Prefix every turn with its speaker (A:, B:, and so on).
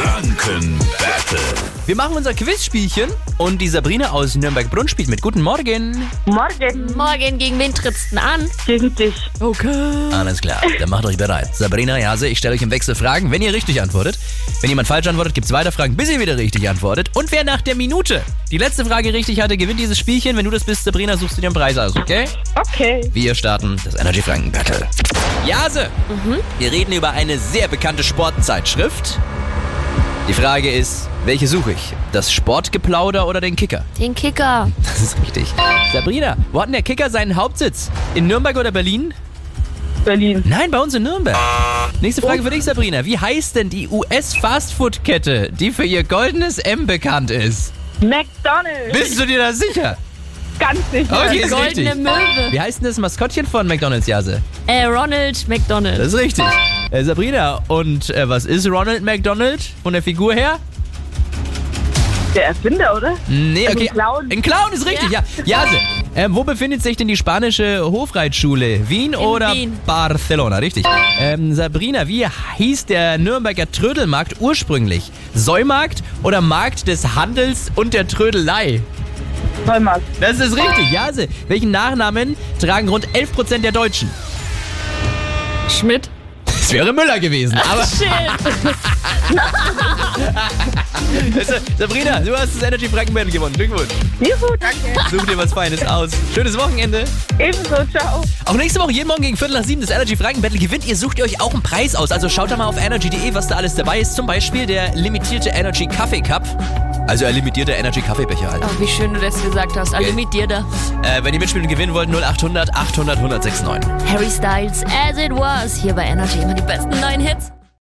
A: Franken Battle.
B: Wir machen unser Quizspielchen und die Sabrina aus Nürnberg-Brunn spielt mit. Guten Morgen.
C: Morgen
D: Morgen, gegen wen trittst du denn an?
C: gegen dich.
D: Okay.
B: Alles klar, dann macht euch bereit. Sabrina, Jase, ich stelle euch im Wechsel Fragen, wenn ihr richtig antwortet. Wenn jemand falsch antwortet, gibt es weiter Fragen, bis ihr wieder richtig antwortet. Und wer nach der Minute die letzte Frage richtig hatte, gewinnt dieses Spielchen. Wenn du das bist, Sabrina, suchst du dir einen Preis aus, okay?
C: Okay.
B: Wir starten das Energy Franken Battle. Jase, wir reden über eine sehr bekannte Sportzeitschrift. Die Frage ist, welche suche ich? Das Sportgeplauder oder den Kicker?
D: Den Kicker.
B: Das ist richtig. Sabrina, wo hat denn der Kicker seinen Hauptsitz? In Nürnberg oder Berlin?
C: Berlin.
B: Nein, bei uns in Nürnberg. Nächste Frage für dich, Sabrina. Wie heißt denn die US-Fastfood-Kette, die für ihr goldenes M bekannt ist?
C: McDonalds.
B: Bist du dir da sicher?
C: Ganz sicher.
B: Okay, ist
D: Goldene
B: richtig.
D: Möwe.
B: Wie heißt denn das Maskottchen von McDonald's, Jase?
D: Äh, Ronald McDonald.
B: Das ist richtig. Äh, Sabrina, und äh, was ist Ronald McDonald von der Figur her?
C: Der Erfinder, oder?
B: Nee,
C: Also
B: okay.
C: ein Clown.
B: Ein Clown ist richtig, ja. Jase, ähm, wo befindet sich denn die spanische Hofreitschule? Wien oder
D: Wien.
B: Barcelona? Richtig. Ähm, Sabrina, wie hieß der Nürnberger Trödelmarkt ursprünglich? Säumarkt oder Markt des Handels und der Trödelei?
C: Vollmaß.
B: Das ist richtig, Jase. Welchen Nachnamen tragen rund 11% der Deutschen?
D: Schmidt.
B: Das wäre Müller gewesen, aber...
D: Shit.
B: Sabrina, du hast das Energy Fragment gewonnen. Glückwunsch.
C: Juhu, danke.
B: Such dir was Feines aus. Schönes Wochenende.
C: Ebenso, ciao.
B: Auch nächste Woche, jeden Morgen gegen Viertel nach sieben, das Energy Franken Battle gewinnt. Ihr sucht euch auch einen Preis aus. Also schaut da mal auf energy.de, was da alles dabei ist. Zum Beispiel der limitierte Energy Kaffee Cup. Also ein limitierter Energy Kaffeebecher halt.
D: Oh, wie schön du das gesagt hast. Also
B: Gell?
D: mit dir da.
B: Äh, wenn ihr mitspielen und gewinnen wollt, 0800 800 1069.
D: Harry Styles, as it was. Hier bei Energy immer die besten neuen Hits.